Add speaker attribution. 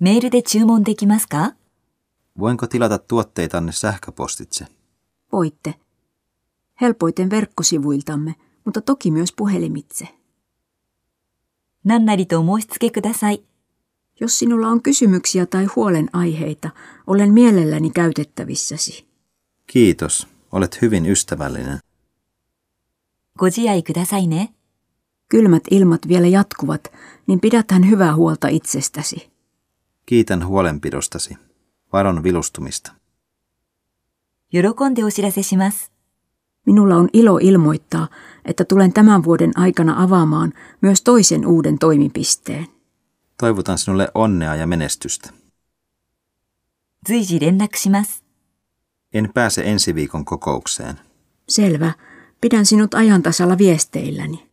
Speaker 1: メールで注文できますか
Speaker 2: Voinko tilata tuotteitanne sähköpostitse?
Speaker 3: Voitte. Helpoiten verkkosivuiltamme, mutta toki myös puhelimitse.
Speaker 1: 何なりとお申し付けください。
Speaker 3: Jos sinulla on kysymyksiä tai huolenaiheita, olen mielelläni käytettävissäsi.
Speaker 2: Kiitos, olet hyvin ystävällinen.
Speaker 1: ご自愛くださいね。
Speaker 3: Kylmät ilmat vielä jatkuvat, niin pidäthän hyvää huolta itsestäsi.
Speaker 2: Kiitän huolenpidostasi. Varon vilustumista.
Speaker 1: 喜んでお知らせします。
Speaker 3: Minulla on ilo ilmoittaa, että tulen tämän vuoden aikana avaamaan myös toisen uuden toimipisteen.
Speaker 2: Toivotan sinulle onnea ja menestystä.
Speaker 1: 随時連絡します。
Speaker 2: En pääse ensi viikon kokoukseen.
Speaker 3: Selvä, pidän sinut ajan tasalla viesteilläni.